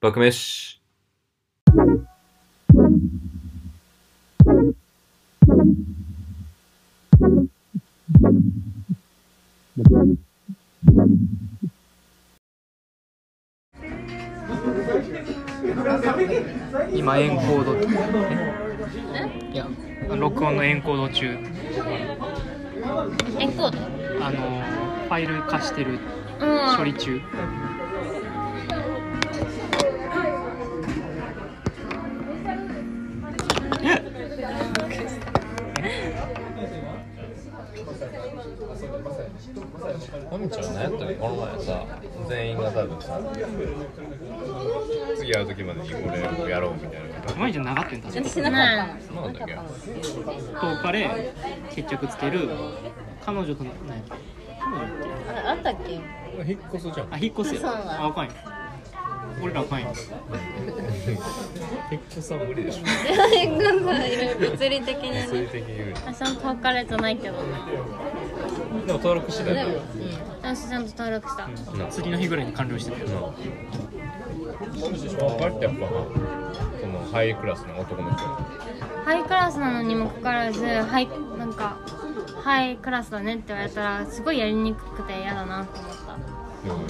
爆飯。今エンコードえいや録音のエンコード中エンコードあのファイル化してるうん処理中ほみちゃん何やったっけこの前さ全員が多分さ次会う時までにこれをやろうみたいなこ前じゃなかったんだ私なかっとなんだっけ10日で決着つける彼女との何やっけ彼女ってたああったっけ引っ越すじゃんあ引っ越すそようなんああかんよ俺らあかんよ引っ越すは無理でしょえ軍さんいる物理的に物理ね的に無理私も登録されてないけどでも登録してたでよも、私ちゃんと登録した、な次の日ぐらいに完了してたよなあれってやっぱそのハイクラスの男の人ハイクラスなのにもかかわらずハイなんかハイクラスだねって言われたらすごいやりにくくて嫌だなと思ったでも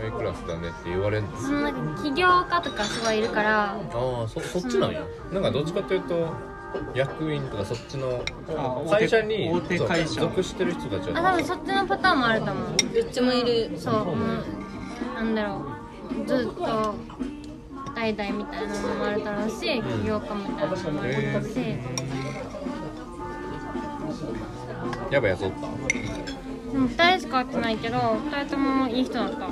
ハイクラスだねって言われるんですそのなんか起業家とかすごいいるからああそそっちなんやなんかどっちかというと役員とかそっちのあ大手会社に大手会社そう属してる人たちあは多分そっちのパターンもあると思うどっちもいるそう、うん、なんだろうずっと代々みたいなのもあるだろうし起業家みたいなのもあるだろうし、やばいやそったでも2人しか会ってないけど2人ともいい人だった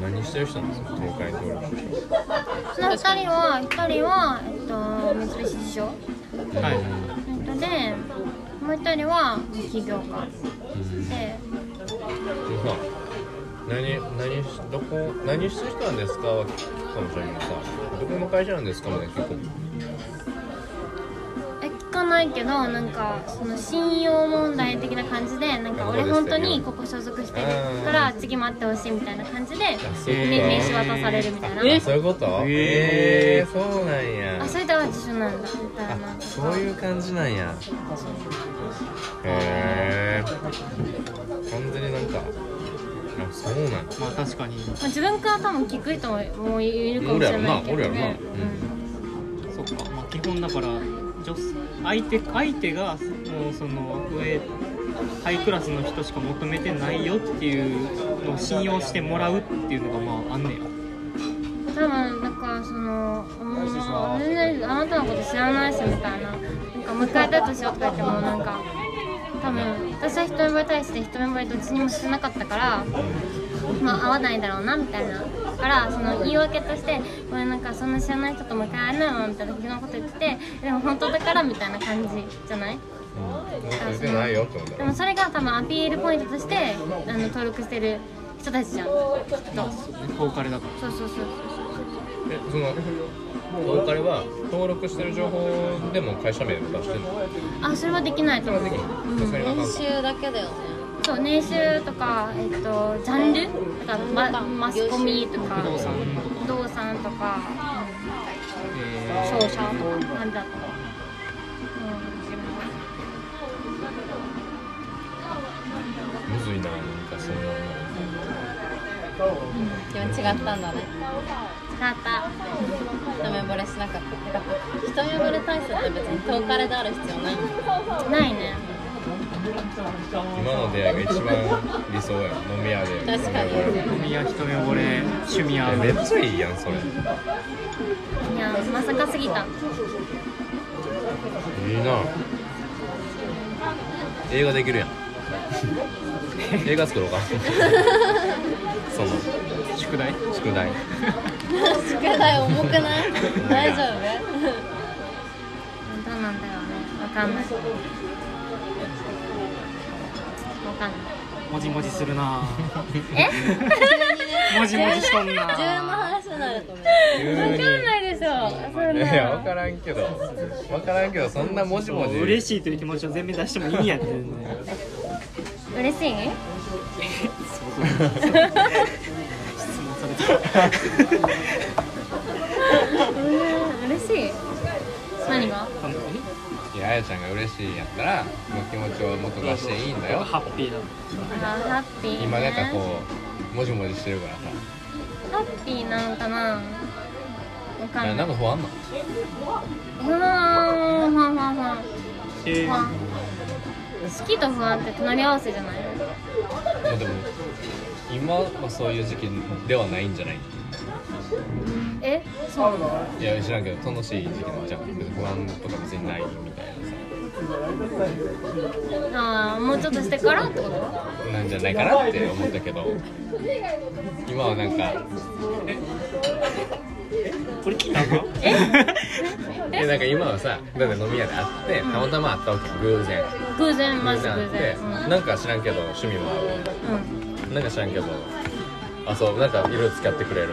何してる人なんですか東海道路その2人は1人は、えっと、三菱地所はいえっとでもう1人は起業家でさ何何しどこ何してる人なんですかは聞くかもしれないけどさどこの会社なんですかまで結構え聞かないけどなんかその信用問題的な感じでなんか俺本当にここ所属してるから次も会ってほしいみたいな感じでそうか名刺渡されるみたいな。あそういうことえーえーそうなんやあ、それでは自主なんだみたいなあそういう感じなんやへえ完全になんかあそうなんやまあ確かにまあ、自分から多分聞く人ももういるかもしれないけど俺やろなね俺やろそっかまあ基本だから女性相手相手がもうその上ハイクラスの人しか求めてないよっていうのを信用してもらうっていうのがまああんねやうん多分なんかそのうん全然あなたのこと知らないしみたいななんか迎えたとしようとか言ってもなんか多分私は一目惚れに対して一目惚れどっちにもしてなかったからまあ合わないだろうなみたいなだからその言い訳として「俺なんかそんな知らない人と迎えられないわ」みたいな人のこと言っててでも本当だからみたいな感じじゃないうん、出てないよって思っでたもそれが多分アピールポイントとしてあの登録してる人たちじゃんそうボーカルだかそうそうそうえそのボーカルは登録してる情報でも会社名を出してるのあそれはできないとそれは思できうんのさすがにあか練んか習だけだよねそう年収とか、えっと、ジャンルとか、ま、マスコミとから不動産とか不動産とかえ商社とかなんだとか、むずいななんかそんなのでも違ったんだねうん、使った一目惚れしなかった一目惚れ体質って別に遠かれである必要ないないね今の出会いが一番理想やん飲み屋で確かにー飲み屋一目惚れ趣味合えうめっちゃいいやんそれいいいやまさかすぎたな映画できるやん映画作ろうかその宿題宿題宿題重くない大丈夫どうなんだろうねわかんないわかんないもじもじする なぁ えもじもじしとんな自分 のぁ話になるとね急わかんにないでしょそんいや分なからんけど分からんけどそんなもじもじ嬉しいという気持ちを全面出してもいいんやっていうの嬉しいそうそううん嬉しい何がなんかいやあやちゃんが嬉しいんやったらその気持ちをもっと出していいんだえよハッピーだあハッピー、ね、今なんかこうもじもじしてるからさハッピーなのかなわかいやんなんないか不安なの不安不安不安不安え不安ー好きと不安って隣り合わせじゃないまあでも今はそういう時期ではないんじゃないえそうなのいや知らんけど楽しい時期のじゃん別に不安とか別にないみたいなああもうちょっとしてからってことさなんじゃないかなって思ったけど今はなんかこれ聞いたか えなんか今はさだって飲み屋で会ってたまたま会ったわけ偶然偶然マ偶ジ然偶会って然うん、うんなんか知らんけど趣味も合うんうなんか知らんけどあそうなんか色々使ってくれる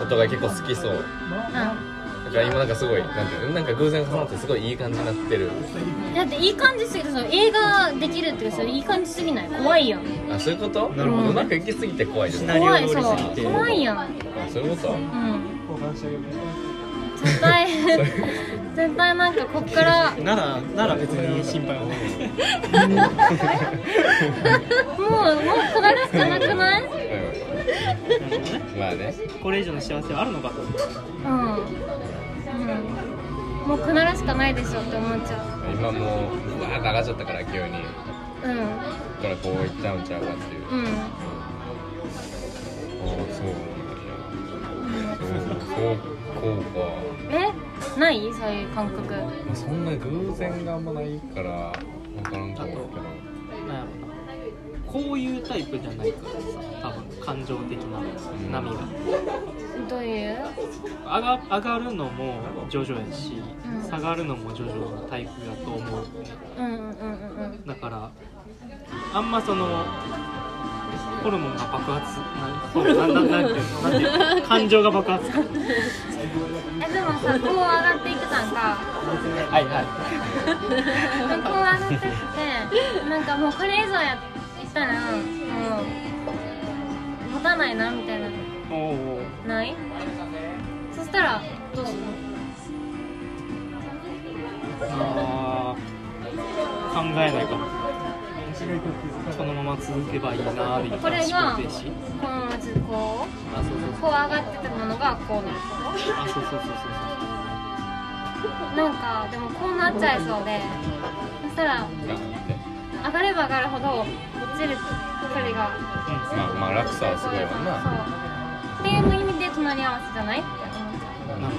お互い結構好きそうだから今なんかすごいなんていうのなんか偶然重なってすごいいい感じになってるうんだっていい感じすぎてその映画できるってそれいい感じすぎない怖いやんあそういうことなるほどねうまくいきすぎて怖いですシナリオ怖いそ通り過ぎうて怖いやんあそういうことうん絶対絶対なんかこっからならなら別に心配はないもうもうこなるしかなくないうんうんまあねこれ以上の幸せはあるのかとうんもうこなるしかないでしょって思っちゃ今もううわーって上がっちゃったから急にううんだからこういっちゃうんちゃうかっていう、うんああそうなんだそうそうこえないそういう感覚うかそんな偶然があんまないから分からんと思うけどなんやろなこういうタイプじゃないからさ多分感情的な波がどういう上が上がるのも徐々やし、うん下がるのも徐々なタイプだと思ううんうんうんうんだからあんまそのホルモンが爆発なホルモンなななんていうのなんていうの感情が爆発かえでもさこう上がっていくじゃんかはいはこう上がってってなんかもうこれ以上やったらもう持たないなみたいないおおないそしたらどうするあー考えないかもこのまま続けばいいなーでいこれが思考停止このままずこあそうそううそこう上がってたものがこうなるうあそうそうそうそうそうなんかでもこうなっちゃいそうでそしたら上がれば上がるほど落ちる距離がまあまあ落差はすごいわなそうっていう意味で隣り合わせじゃないって思っちゃうななんかる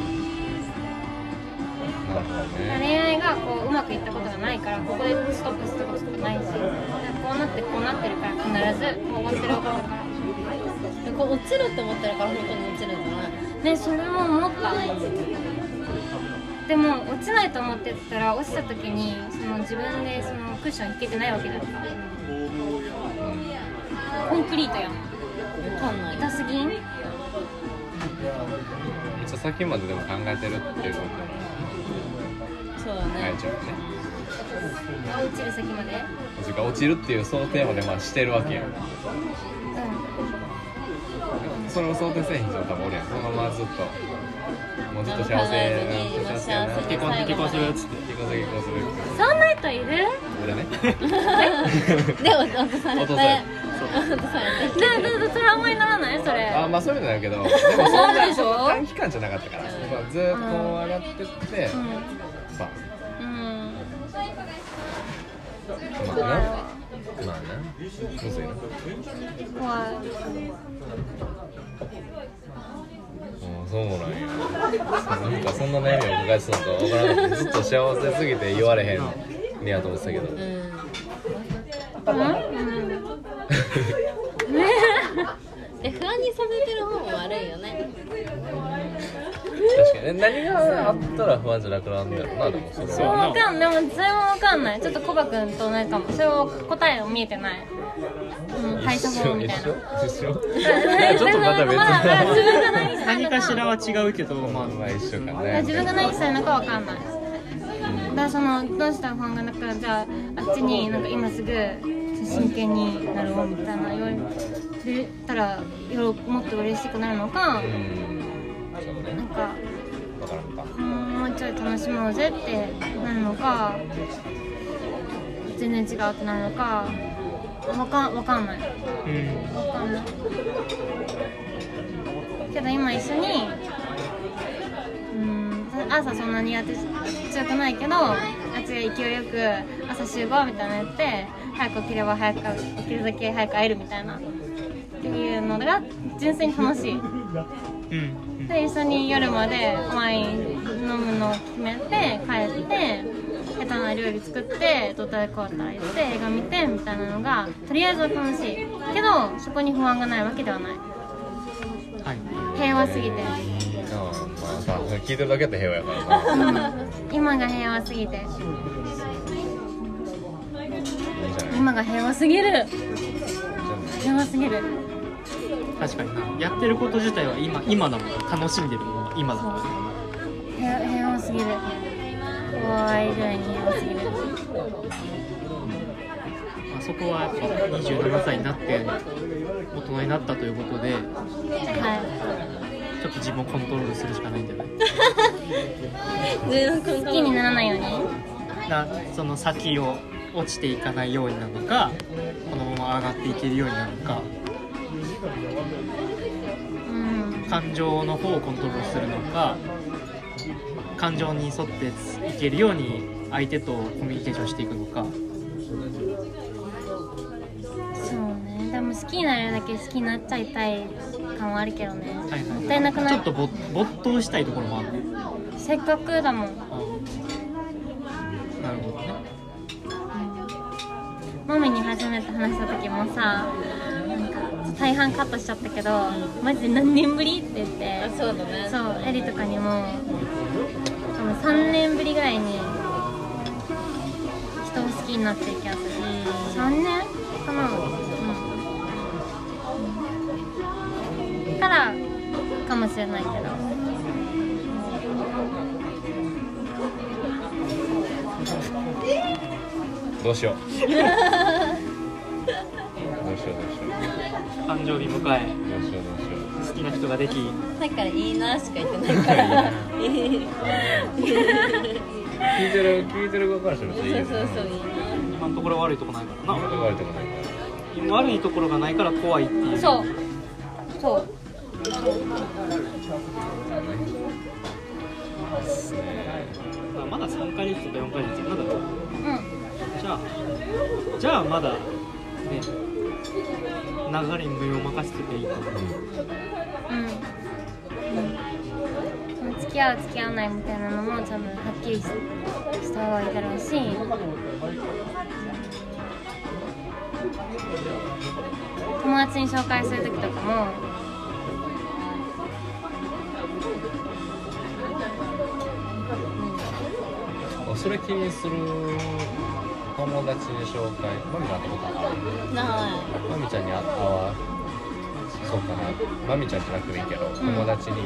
ほどね恋愛がこううまくいったことがないからここでストップすることしかないしこうなってこうなってるから必ずこう終わってることだかでこう落ちるって思ってるから本当に落ちるんじゃないらねそれも思ったでも落ちないと思ってたら落ちた時にその自分でそのクッション引けてないわけだからコンクリートやんわかんない痛すぎんめっちゃ先まででも考えてるっていうことそうだなあやねちゃんはね落ちる先までそれから落ちるっていう想定までまあしてるわけやんうそれを想定せえへん人は多分俺やんそのままずっともうずっと幸せな幸せやなもう考えず結結に婚婚結結婚するやつっ婚結婚するんそんな人いる俺ねで落とされ落てとされ落とされてでででトラウマにならないそれあまあそういうのだ けどでもそんそうなでしょ短期間じゃなかったから、まあ、ずーっとこう上がってって、さうん、うんまあなまあなむずいな怖いうんそうなんやなんかそんな悩みを抱えてたのかわからなくてずっと幸せすぎて言われへんねやと思ってたけどううんんで不安に染めてる方も悪いよね確かにね何があったら不安じゃなくなるんだろうなでもそれそれもはわかんないでもそれもわかんないちょっとコバくんと同じかもそれは答えは見えてない、うん、対処法みたいな一緒 一緒全ちょっと然また別まだ自分がな何しすたい何のかしらかは違うけどまあまあ一緒かいやね自分が何したいのかわかんないだからそのどうしたら不安がなくなるじゃああっちになんか今すぐ真剣になろうみたいな言われくれたらよろもっと嬉しくなるのか、うんなるほどなねんかわからんかもうちょい楽しもうぜってなるのか全然違うってなるのかわかんわかんないうんわかんないけど今一緒にうん朝そんなにやって強くないけどあっちが勢いよく朝集合みたいなのやって早く起きれば早く起きるだけ早く会えるみたいなっていうのが純粋に楽しい。うんで一緒に夜までワイン飲むのを決めて帰って下手な料理作ってドタイコーター行って映画見てみたいなのがとりあえずは楽しいけどそこに不安がないわけではないうんはい平和すぎてあまあさ聞いてるだけやったら平和やからな今が平和すぎていいじゃない今が平和すぎる平和すぎる確かになやってること自体は今今だもん楽しんでるものが今だから平平和すぎる怖いぐらいに平和すぎるまあ、そこはやっぱ27歳になって大人になったということではちょっと自分をコントロールするしかないんじゃない全然い好きにならないようになその先を落ちていかないようになのかこのまま上がっていけるようになるのかうん感情の方をコントロールするのか感情に沿っていけるように相手とコミュニケーションしていくのかそうねでも好きになれるだけ好きになっちゃいたい感はあるけどねはいはいもったいなくないちょっとぼ没頭したいところもあるのせっかくだもんなるほどねマミに初めて話した時もさなんか大半カットしちゃったけどマジで何年ぶりって言ってあそうだねそうエリとかにも多分3年ぶりぐらいに人を好きになってる気がする3年かなうん、うん、からかもしれないけどどうしようどうしようどうしよう誕生日迎えどうしようどうしよう好きな人ができさっきからいいなしか言ってないからいい聞いてる聞いてる側からしたら別そうにいいよねそうそういい今のところ悪いとこないからな言われてもないから悪いところがないから怖いっていうそうそうまだ3ヶ月とか4ヶ月まだうんじゃあじゃあまだね流れに身を任せてていいと思ううん、付き合う付き合わないみたいなのも多分はっきりしした方がいいだろうし友達に紹介する時とかもあそれ気にする友達に紹介マミちゃんってことかなマミちゃんに会ったわそうかなマミちゃんじゃなくていいけど、友達に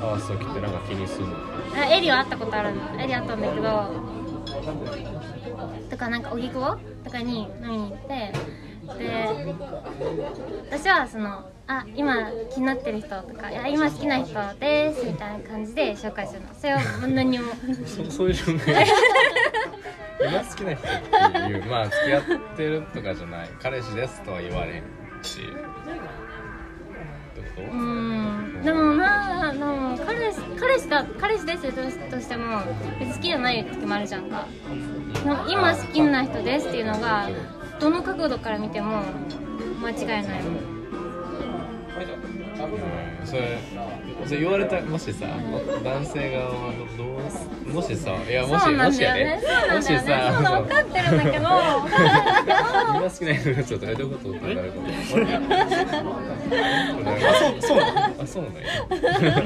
会わす時ってなんか気に するのあエリは会ったことあるんエリ会ったんだけどとかなんか荻窪とかに飲みに行ってで私はその「あ今気になってる人」とか「いや今好きな人です」みたいな感じで紹介するのそれを何にもそそういう紹介今好きな人っていうまあ付き合ってるとかじゃない彼氏ですとは言われへんしってこうとんでもまあでも彼氏彼氏だ彼氏ですって言うとしても別に好きじゃない時もあるじゃんかでも今好きな人ですっていうのがどの角度から見ても間違いないもうんんそれそれ言われたもしさ男性側はどどうすもしさいやもしそうなもんしだやよねねそうなもんしだよねそうなさの分かってるんだ けど今好きな人になっちゃったらどういうことってなるかもあそうそうあそうなんや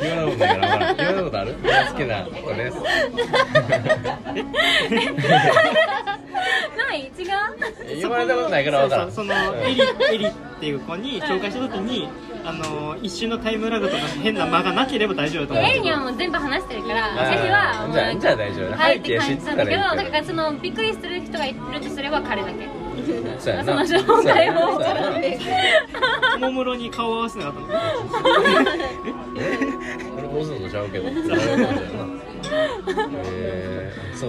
言わないことないから分からん言わないことある今好きな人 ですない違う言われたことないから分からんそうそうその エリエリっていう子に紹介した時にあの一瞬のタイムラグとか変な間がなければ大丈夫だと思うエイにはもう全部話してるからあー私はもうじゃあじゃあ大丈夫はいっ背て景知感っじてなたんらいだいけけどどだからそのびっくりする人がいるとすれば彼だけそうやそのな情報そう解やな放そうやなおもむろに顔合わせなかったの俺もうすぐちゃうけどって言われたんだよなへえそう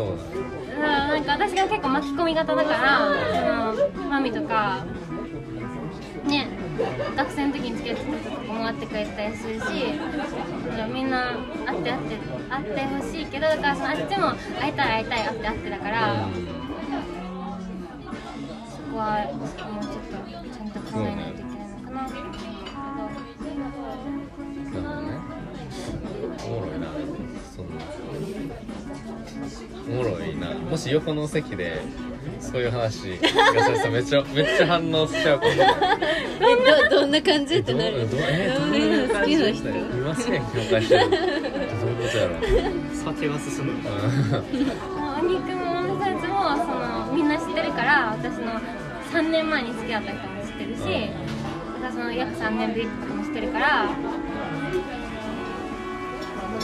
なんだだからなんか私が結構巻き込み型だからそのマミとかね学生の時に付き合ってた人とかも会ってくれたりするしみんな会って会って会ってほしいけどだからそのあっちも会いたい会いたい会って会ってだからそこはもうちょっとちゃんと考えないといけないのかなって思うなるほどねおもろいけなそのおもろいなもし横の席でそういう話がされたらめっちゃめっちゃ反応しちゃうかもえどどんな感じえってなるどうえどどうういいううの好感きじなで人したいますやん境界してるどういうことやろう酒が進むうんどもうお肉もオムライスもそのみんな知ってるから私の3年前に付き合った人も知ってるし私の約3年ぶりとかも知ってるから。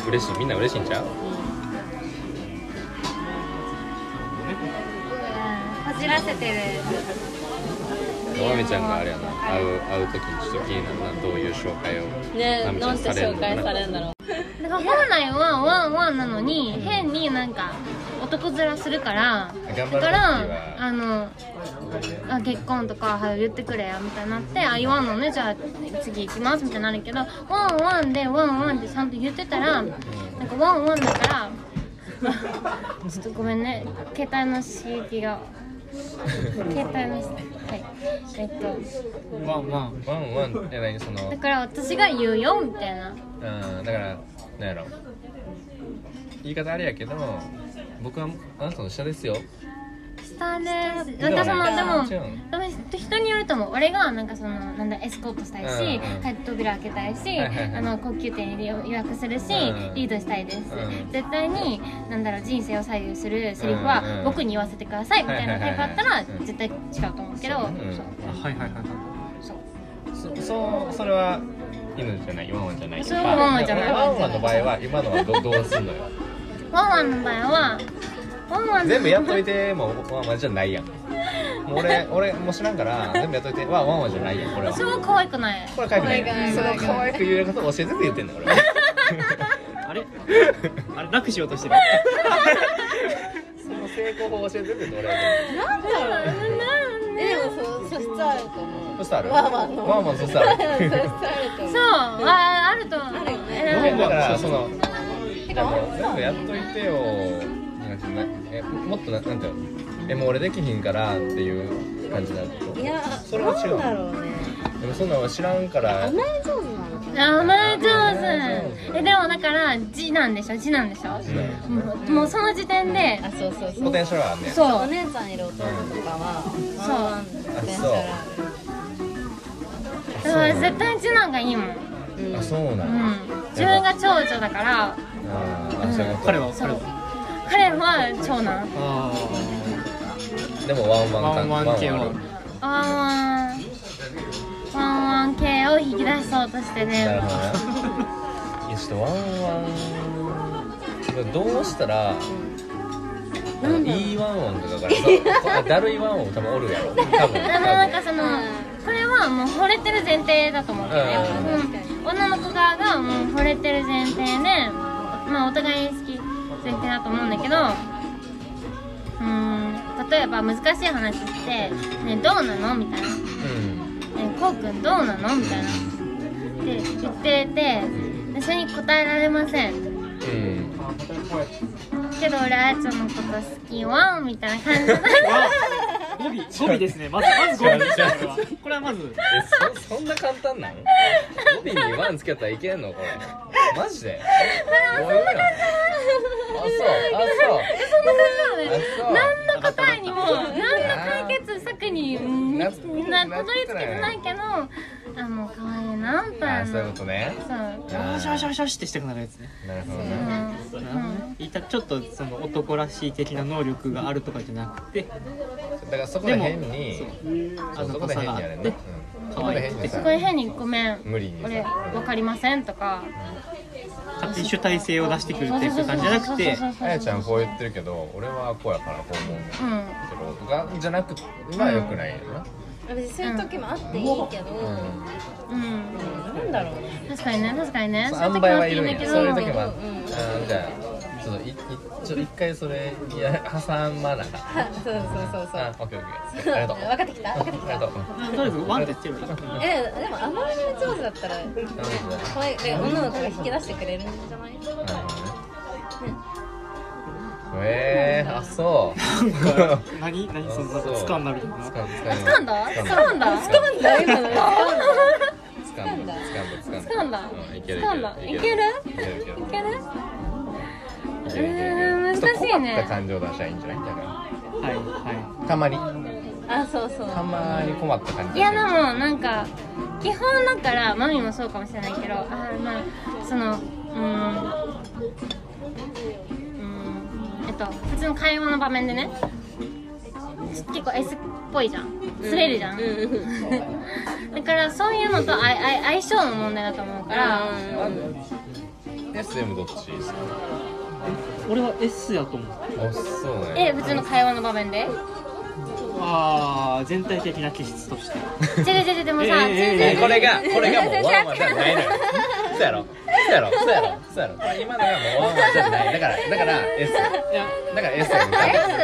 嬉しいみんな嬉しいんちゃうこじらせてる。まめちゃんがあれやな会う会う時にちょっと気になるなどういう紹介をねまみちゃなんんてされる紹のか介なされるんだろうだから本来はワンワンなのに、変になんか男面するから、頑張だる時から、はあの、あ結婚とか、はい、言ってくれよみたいになって、あ、言わんのね、じゃあ次行きますみたいになるけど、ワンワンで、ワンワンってちゃんと言ってたら、なんかワンワンだから、 ちょっとごめんね、携帯の刺 激が、携帯の、はい、えっと、まあまワンワ ンえ何そのだから私が言うよみたいな。うんだからなんやろ言い方あれやけど僕はあなたの下ですよ下です。なんかそのでも違うのでも人によると思う。俺がなんかそのなんだエスコートしたいうし、んうんはい扉開けたいし、はいはいはいあの高級店に予約するし、うんリードしたいです。ん絶対になんだろう人生を左右するセリフは、うんうん僕に言わせてくださいみたいなタイプだったはらいはいはいはい絶対違うと思うけど、そうあはいはいはいはそうそうそうそれは犬じゃないワンワンじゃないそれはワンワンじゃないまあワンワンの場合は今のはどどうすん のよワンワンの場合はワンワンの全部やっといてもうワンワンじゃないやんもう俺俺もう知らんから全部やっといてはワンワンじゃないやんこれは私は可愛くない。これ書いてない可愛いそ可の愛い可愛く言えることを教えてって言ってんの俺 はいあれあれ楽しようとし てるその成功法を教えてって言って俺はなんだろうなんえででもそ素質あると思うそしたらあるワンワンのワンワンそしたらあ素質あるると思そうああると思う。あるよねごめえんーだからそのてかあワンの全ワン部やっといてよなんかなえもっとななんていうのえもう俺できひんからっていう感じだといやそれは違うなんだろうねでもそんなんは知らんから甘え上手なのかな甘え上手えでもだから次男でしょ次男でしょ、うんもうもうその時点であそうそうそポうテンシャルはあんねんそうお姉ちゃんいる弟とかはワンワンポテンシャルあるだから絶対次男がいいもん、うん、うんあそうなんや自分が長女だからあーあそういうこと彼はそ彼うは彼は長男あでもワンあワワンン感ワン系はワンワンワンワン系を引き出そうとしてなるねほどねいやちょっとワンワンどうしたらあのいいワンワンとかから さだるいワンワンも多分おるやろ多分多分でもなんかその、これはもう惚れてる前提だと思うけどね、うん女の子側がもう惚れてる前提でまあお互い好き前提だと思うんだけどうーん例えば難しい話して「ねどうなの?」みたいなうん「ねこうくんどうなの?」みたいなって言っててでそれに答えられませんうんけど俺あやちゃんのこと好きわみたいな感じで 語尾語尾ですねまずまず語尾ですねこれはこれはまずえそそんな簡単なん語尾にワンつけたらいけんのこれマジでそんな簡単あそうあそんな感じだよねそう何の答えにも何の解決策にうんななたどり着けてないけどあもう可愛いなみそうたあいそういうなことねそうよしよしよしよしってしてくなるやつねなるほどねうなるほどねいたちょっとその男らしい的な能力があるとかじゃなくてだからそこででも変にそうそうそこで変にやれんなでうんそ可こで愛い変っにてさんこれ変にごめん無理にさ俺わかりませんとか勝手に主体性を出してくるっていう感じじゃなくてそうそうそうそうあやちゃんこう言ってるけど俺はこうやからこう思うねんうんけど僕がじゃなくは良くないよな別にそういう時もあっていいけど、うんうんなんだろうね確かにね確かにねそうそうい塩う時も梅あっはていいいるんんだやけそういうど時もあっあうんーじゃあちょっといいちょ一回それいや挟まなかったそうそうそうそうあオッケーオッケーありがとう分かってきた分かってきありがたとうとりあえずワンって言ってればいいえでもあまりに上手だったらね可愛いね女の子が引き出してくれるんじゃないなるほどねえー、あそう 何何そんなそうつかになるのかな掴んだ掴んだ掴んだ今の掴んだ掴んだ掴んだうんいける掴んだいけるいけるいけるいけるいけるいけるうーんちょっと困難しいったね感情出したらいいんじゃないだかはいはらたまにあそうそうたまに困った感いじやでもなんか基本だからマミもそうかもしれないけどあーまあそのうんうんえっと普通の会話の場面でね結構 S っぽいじゃん擦れるじゃん、 だからそういうのとあいあい相性の問題だと思うから、 SM どっちですかい俺は S やと思うあそうなんやえ普通の会話の場面でああ全体的な気質として違う違う違うでもさ、えー違う違う違うえこれがこれがもうワンワンじゃないのよそうやろそうやろそうやろそうやろこれ今のがもうワンワンじゃないだからだから S いやだから S やね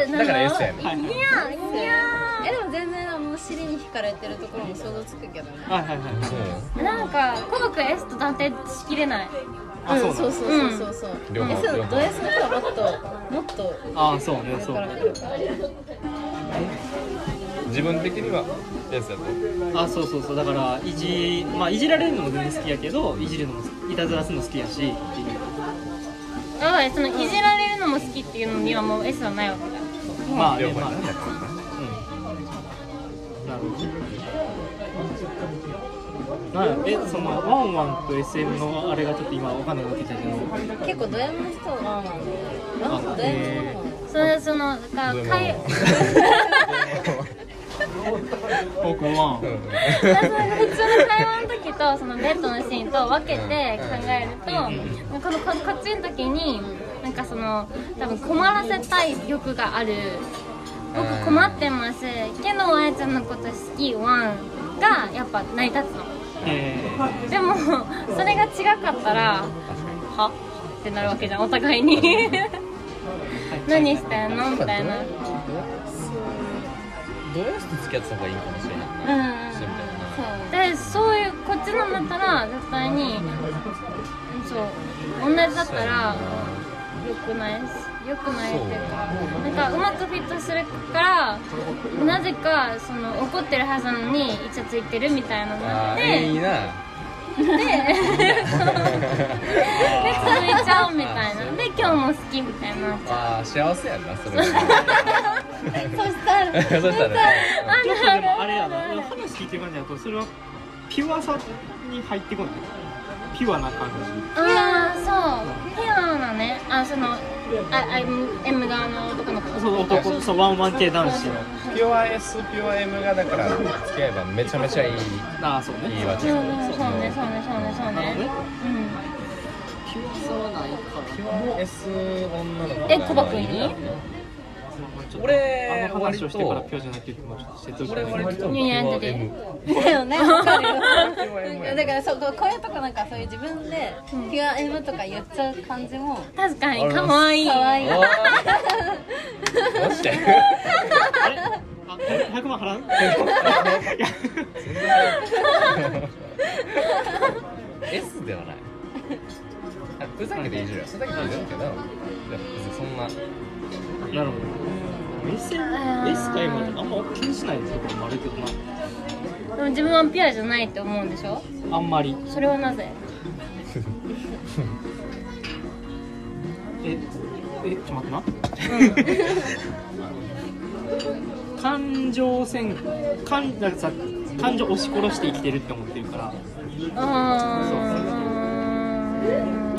S んなのだから S やねんはいはいいやいやえでも全然あの尻に惹かれてるところも想像つくけどねはいはいはいそうなんかコバくん S と断定しきれないあそううんなそのうそうそうそううんで両方両そう方ド S の人はもっともっとああそうね上そうからね来るから自分的には S やとあそうそうそうだからいじまあいじられるのも全然好きやけどいじるのもいたずらするの好きやしっていうだからそのいじられるのも好きっていうのにはもう S はないわけだまあね両方まやあなねだからなうんなるほどなんやえそのワンワンと SM のあれがちょっと今わかんなくなってきたけど結構ド M の人はワンワンでワンワンド M の人もそれそのだからでも会 僕ワン普通の会話の時とそのベッドのシーンと分けて考えると、このここっちの時になんかその多分困らせたい欲がある僕困ってますけどあやちゃんのこと好きワンがやっぱ成り立つのえーでもそれが違かったらはってなるわけじゃんお互いに 何してんのみたいなうんド S と付き合ってた方がいいかもしれないうんみたいなでそういうこっちのだったら絶対にそう同じだったら良くないし良くないっていうかなんかうまくフィットするからなぜかその怒ってるはずなのにイチャついてるみたいなのがああっあていいで な続いちゃうみたいなで今日も好きみたいになっちゃうああ幸せやなそれそうそしたら そしたらねあちょっとでなるもあれやな話聞いてる感じだとそれはピュアさに入ってこないピュアな感じあーそうピュアなねあそのああ M M 側の男の子そう男そうワンワン系男子のピュア S ピュア M がだから付き合えばめちゃめちゃいいああそうねいいわけうんうんそうねそうねそうねそうなるほどねねうんピュアさはないかピュらア S 女の子がえコバ君に俺あの話をしてからピュアじゃないって言ってました説得俺割とニューヤンドでピュア M だよねわかるよピュア M やだからそうこうこういうとこなんかそういう自分でピュア M とか言っちゃう感じも確かにかわいい可愛いおーマジであれあ100万払ういや S ではないあふざけていじるよふざけていじるけどでも別にそんな なるほど S, S か M ってあんま気にしないところもあるけどなでも自分はピュアじゃないって思うんでしょあんまりそれはなぜええちょっと 待ってな感情線感なんかさ感情押し殺して生きてるって思ってるからあ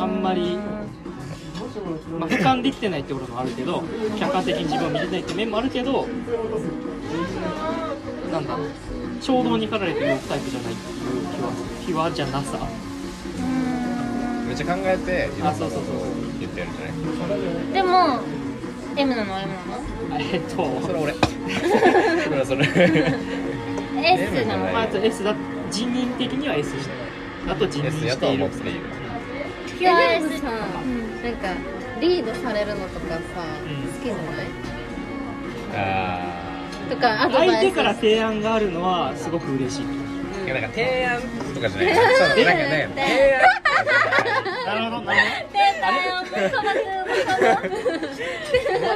あんまり、まあ、俯瞰できてないってこともあるけど客観的に自分を見れないって面もあるけどなんだ衝動に駆られてるタイプじゃないっていう気はピュアじゃなさーうーんめっちゃ考えていろんなことあそうそうそうを言ってるんじゃないでも M なの M なのえっとそれ俺それはそれ S な M じゃのないあと S だ人任的には S してるあと人任 S しやとはてい思るっているでもさんなんかリードされるのとかさ、ん好きじゃないあとかアドバイス相手から提案があるのはすごく嬉しいーいやなんか提案とかじゃないそうなんかね提案なるほどなるほ出たよ子育ての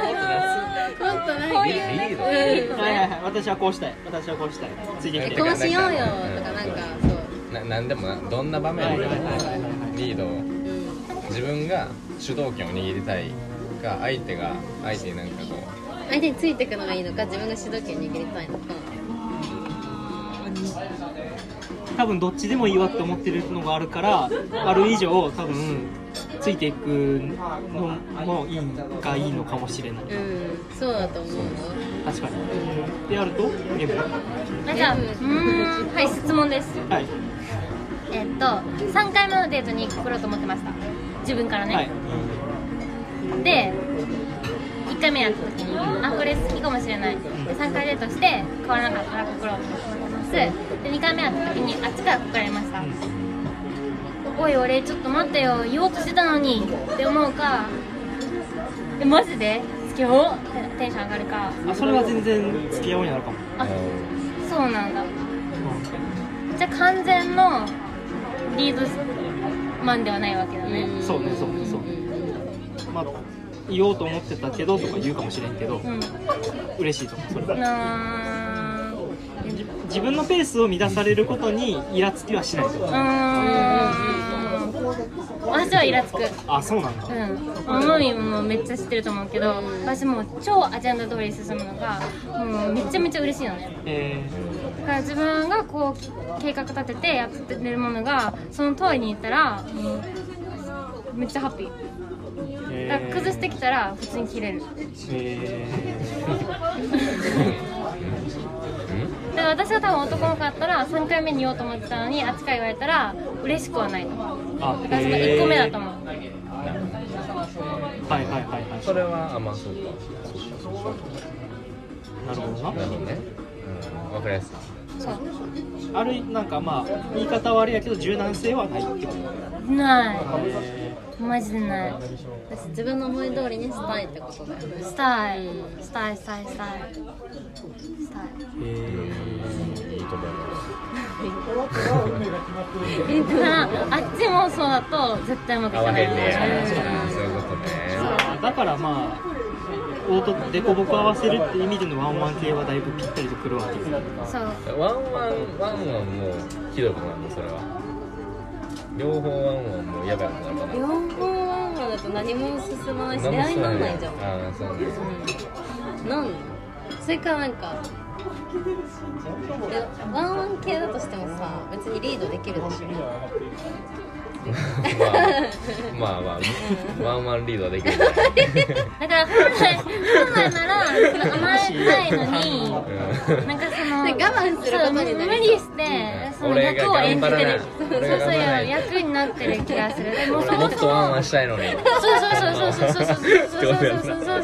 もっとなんかリリードどはいはいはい私はこうしたい私はこうしたいついてきて結くだ婚しようよとかなんかそうななんでもなどんな場さいは面いではいはいもはいはいリードをうん自分が主導権を握りたいか相手が相手になんかこう相手についていくのがいいのか自分が主導権握りたいのか多分どっちでもいいわって思ってるのがあるからある以上多分ついていくのもいいがいいのかもしれないうんそうだと思うよ確かにであると M あじゃあうーんはい質問ですはいえっと3回目のデートに来ようと思ってました自分からね、はいで1回目やった時にあこれ好きかもしれないで3回デートして変わらなかったから心を決めますで2回目やった時にあっちから告られましたおい俺ちょっと待ってよ言おうとしてたのにって思うかえマジで好きよってテンション上がるかあそれは全然付き合おうになるかもあそうなんだうじゃあ完全のリードマンではないわけだねんそうねそうねそうねまあ言おうと思ってたけどとか言うかもしれんけどうん嬉しいと思うそれはなーじ自分のペースを乱されることにイラつきはしないとうーん私はイラつくあそうなんだうん、もみもめっちゃ知ってると思うけど私もう超アジェンダ通りに進むのがもうめちゃめちゃ嬉しいのねえだから自分がこう計画立ててやってるものがその通りにいったらもうめっちゃハッピーーだえからー崩してきたら普通に切れるえうんだから私は多分男の子だったら3回目に言おうと思ってたのに扱い言われたら嬉しくはないと思うーあだからその1個目だとう思うはいはいはいはいそれはあまあそうかなるほなどるなほどねうんわかりやすいそあるなんかまあ言い方はあれやけど柔軟性はないってことうないえマジでない私自分の思い通りにしたいってことだよねしたいしたいしたいしたいしたいーえいいと思いますなあっちもそうだと絶対うまくい合かわないへんねやうんそういうことねーあーだからまあ凹凸凸凹合わせるって意味でのワンワン系はだいぶぴったりとくるわけです そうワンワンワンワンもひどいことなんだそれは両方ワンワンもやばいことなんかな両方ワンワンだと何も進まないし出会いにならないじゃんああそうなんですうんなんそれかなんかえワンワン系だとしてもさ別にリードできるでしょまあまあまあワンワンリードはできるだから本来本来ならその甘えたいのになんかそのね我慢することになりそうそう無理してその俺が役を演じて頑張らないるそうそうそう俺が頑張らない役になってる気がするでも俺そももっそとワンワもンしたいのにそうそうそうそうそうそうそうそうそ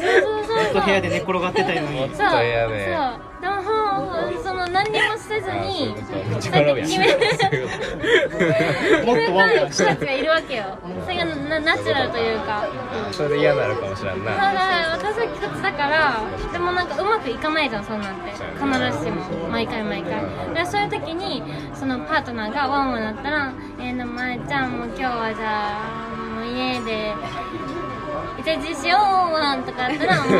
うそうそうそうずっと部屋で寝転がってたいのにそうそう嫌ででもほんその何にもせずああそういうにことめっちゃ絡むやんそうやってもっとワンワンし人たたいちがいるわ けよそれがなナチュラルというかそれで嫌になるかもしれんたなだ私は苦手だからでもなんかうまくいかないじゃんそんなんて必ずしも毎回毎回だからそういう時にそのパートナーがワンワンだったら「えー、でもまえちゃんもう今日はじゃあもう家でイチャイチャしようワン」とかだったら「もうこう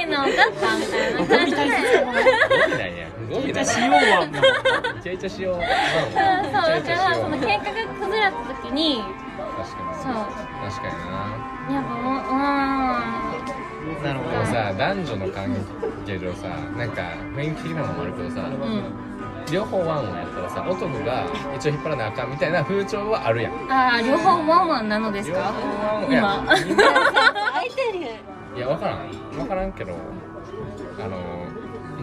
いうの分かった」みたいなゴ感ミじ大で切だもゴミなんんやゴミじなゃんあしやようワンワンイチャイチャしようワそうンワンだイチかャイチャらしよそのう計画が崩れた時に確かにそう確かになやっぱもううーんなるほでもさ男女の関係上さなんか雰囲気的なのもあるけどさうん両方ワンワンやったらさ男が一応引っ張らなあかんみたいな風潮はあるやんああ両方ワンワンなのです両方かワンワンいや今 相手にいや分からん分からんけどあの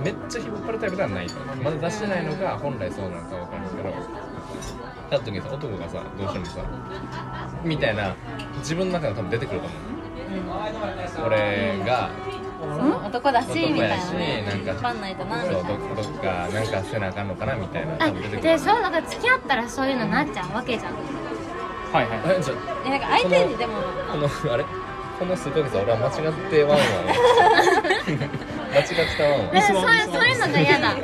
めっちゃ引っ張るタイプではないまだ出してないのが本来そうなのか分からんけどなった時にさ男がさどうしてもさみたいな自分の中で多分出てくると思う俺がそう男だし男みたいやしなねなんか引っ張んないとなみそうたどいなどっかなんかせなあかんのかなみたいな多分出て あくるでそうだから付き合ったらそういうのなっちゃうわけじ ゃんはいはいえ ちょえなんか相手にでもこのあれこの数ヶ月俺は間違ってワンワン間違ったワンワン椅子は椅子はねそうそういうのが嫌だ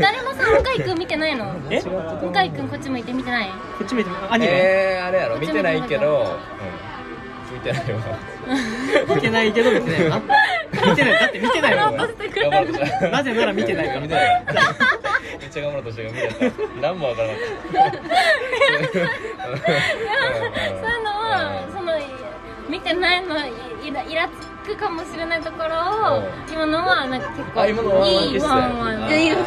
誰もさ向井君見てないのえ向井君こっち向いて見てないこっち見てアニメ、えー、あれやろ見てないけど、うん、見てないわ見てないけど見てないな見てないだって見てないもんな頑張ろうとしたなぜなら見てないから見てないめっちゃ頑張ろうとしてる見てない何もわ からなかそういうのったをその見てないのイライラつくかもしれないところをう今のはなんか結構あ今のワンワンいい決済ワンワンあいいー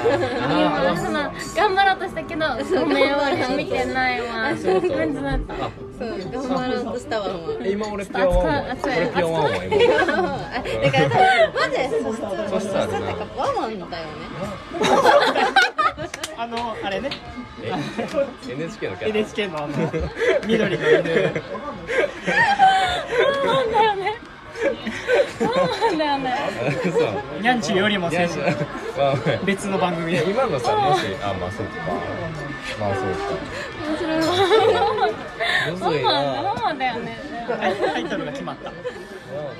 ワンワンその頑張ろうとしたけどごめん俺も見てないわってそうそう感じだったあそう頑張ろう としたわお前え今俺ピョンワンワン熱い熱い俺ピョンワンワン今だから多分マジで素質素質あるななんかワンワンだよねあのあ れねえ NHK のキャラ NHK のあの緑の 犬そうなんだよねそうなんだよねあそうニャンチュよりも先いや生ワンワン別の番組いやで今のさもしあまあそうかまあそうか面白いわむワずいンなワンワンワンだよねタイトルが決まったワンワン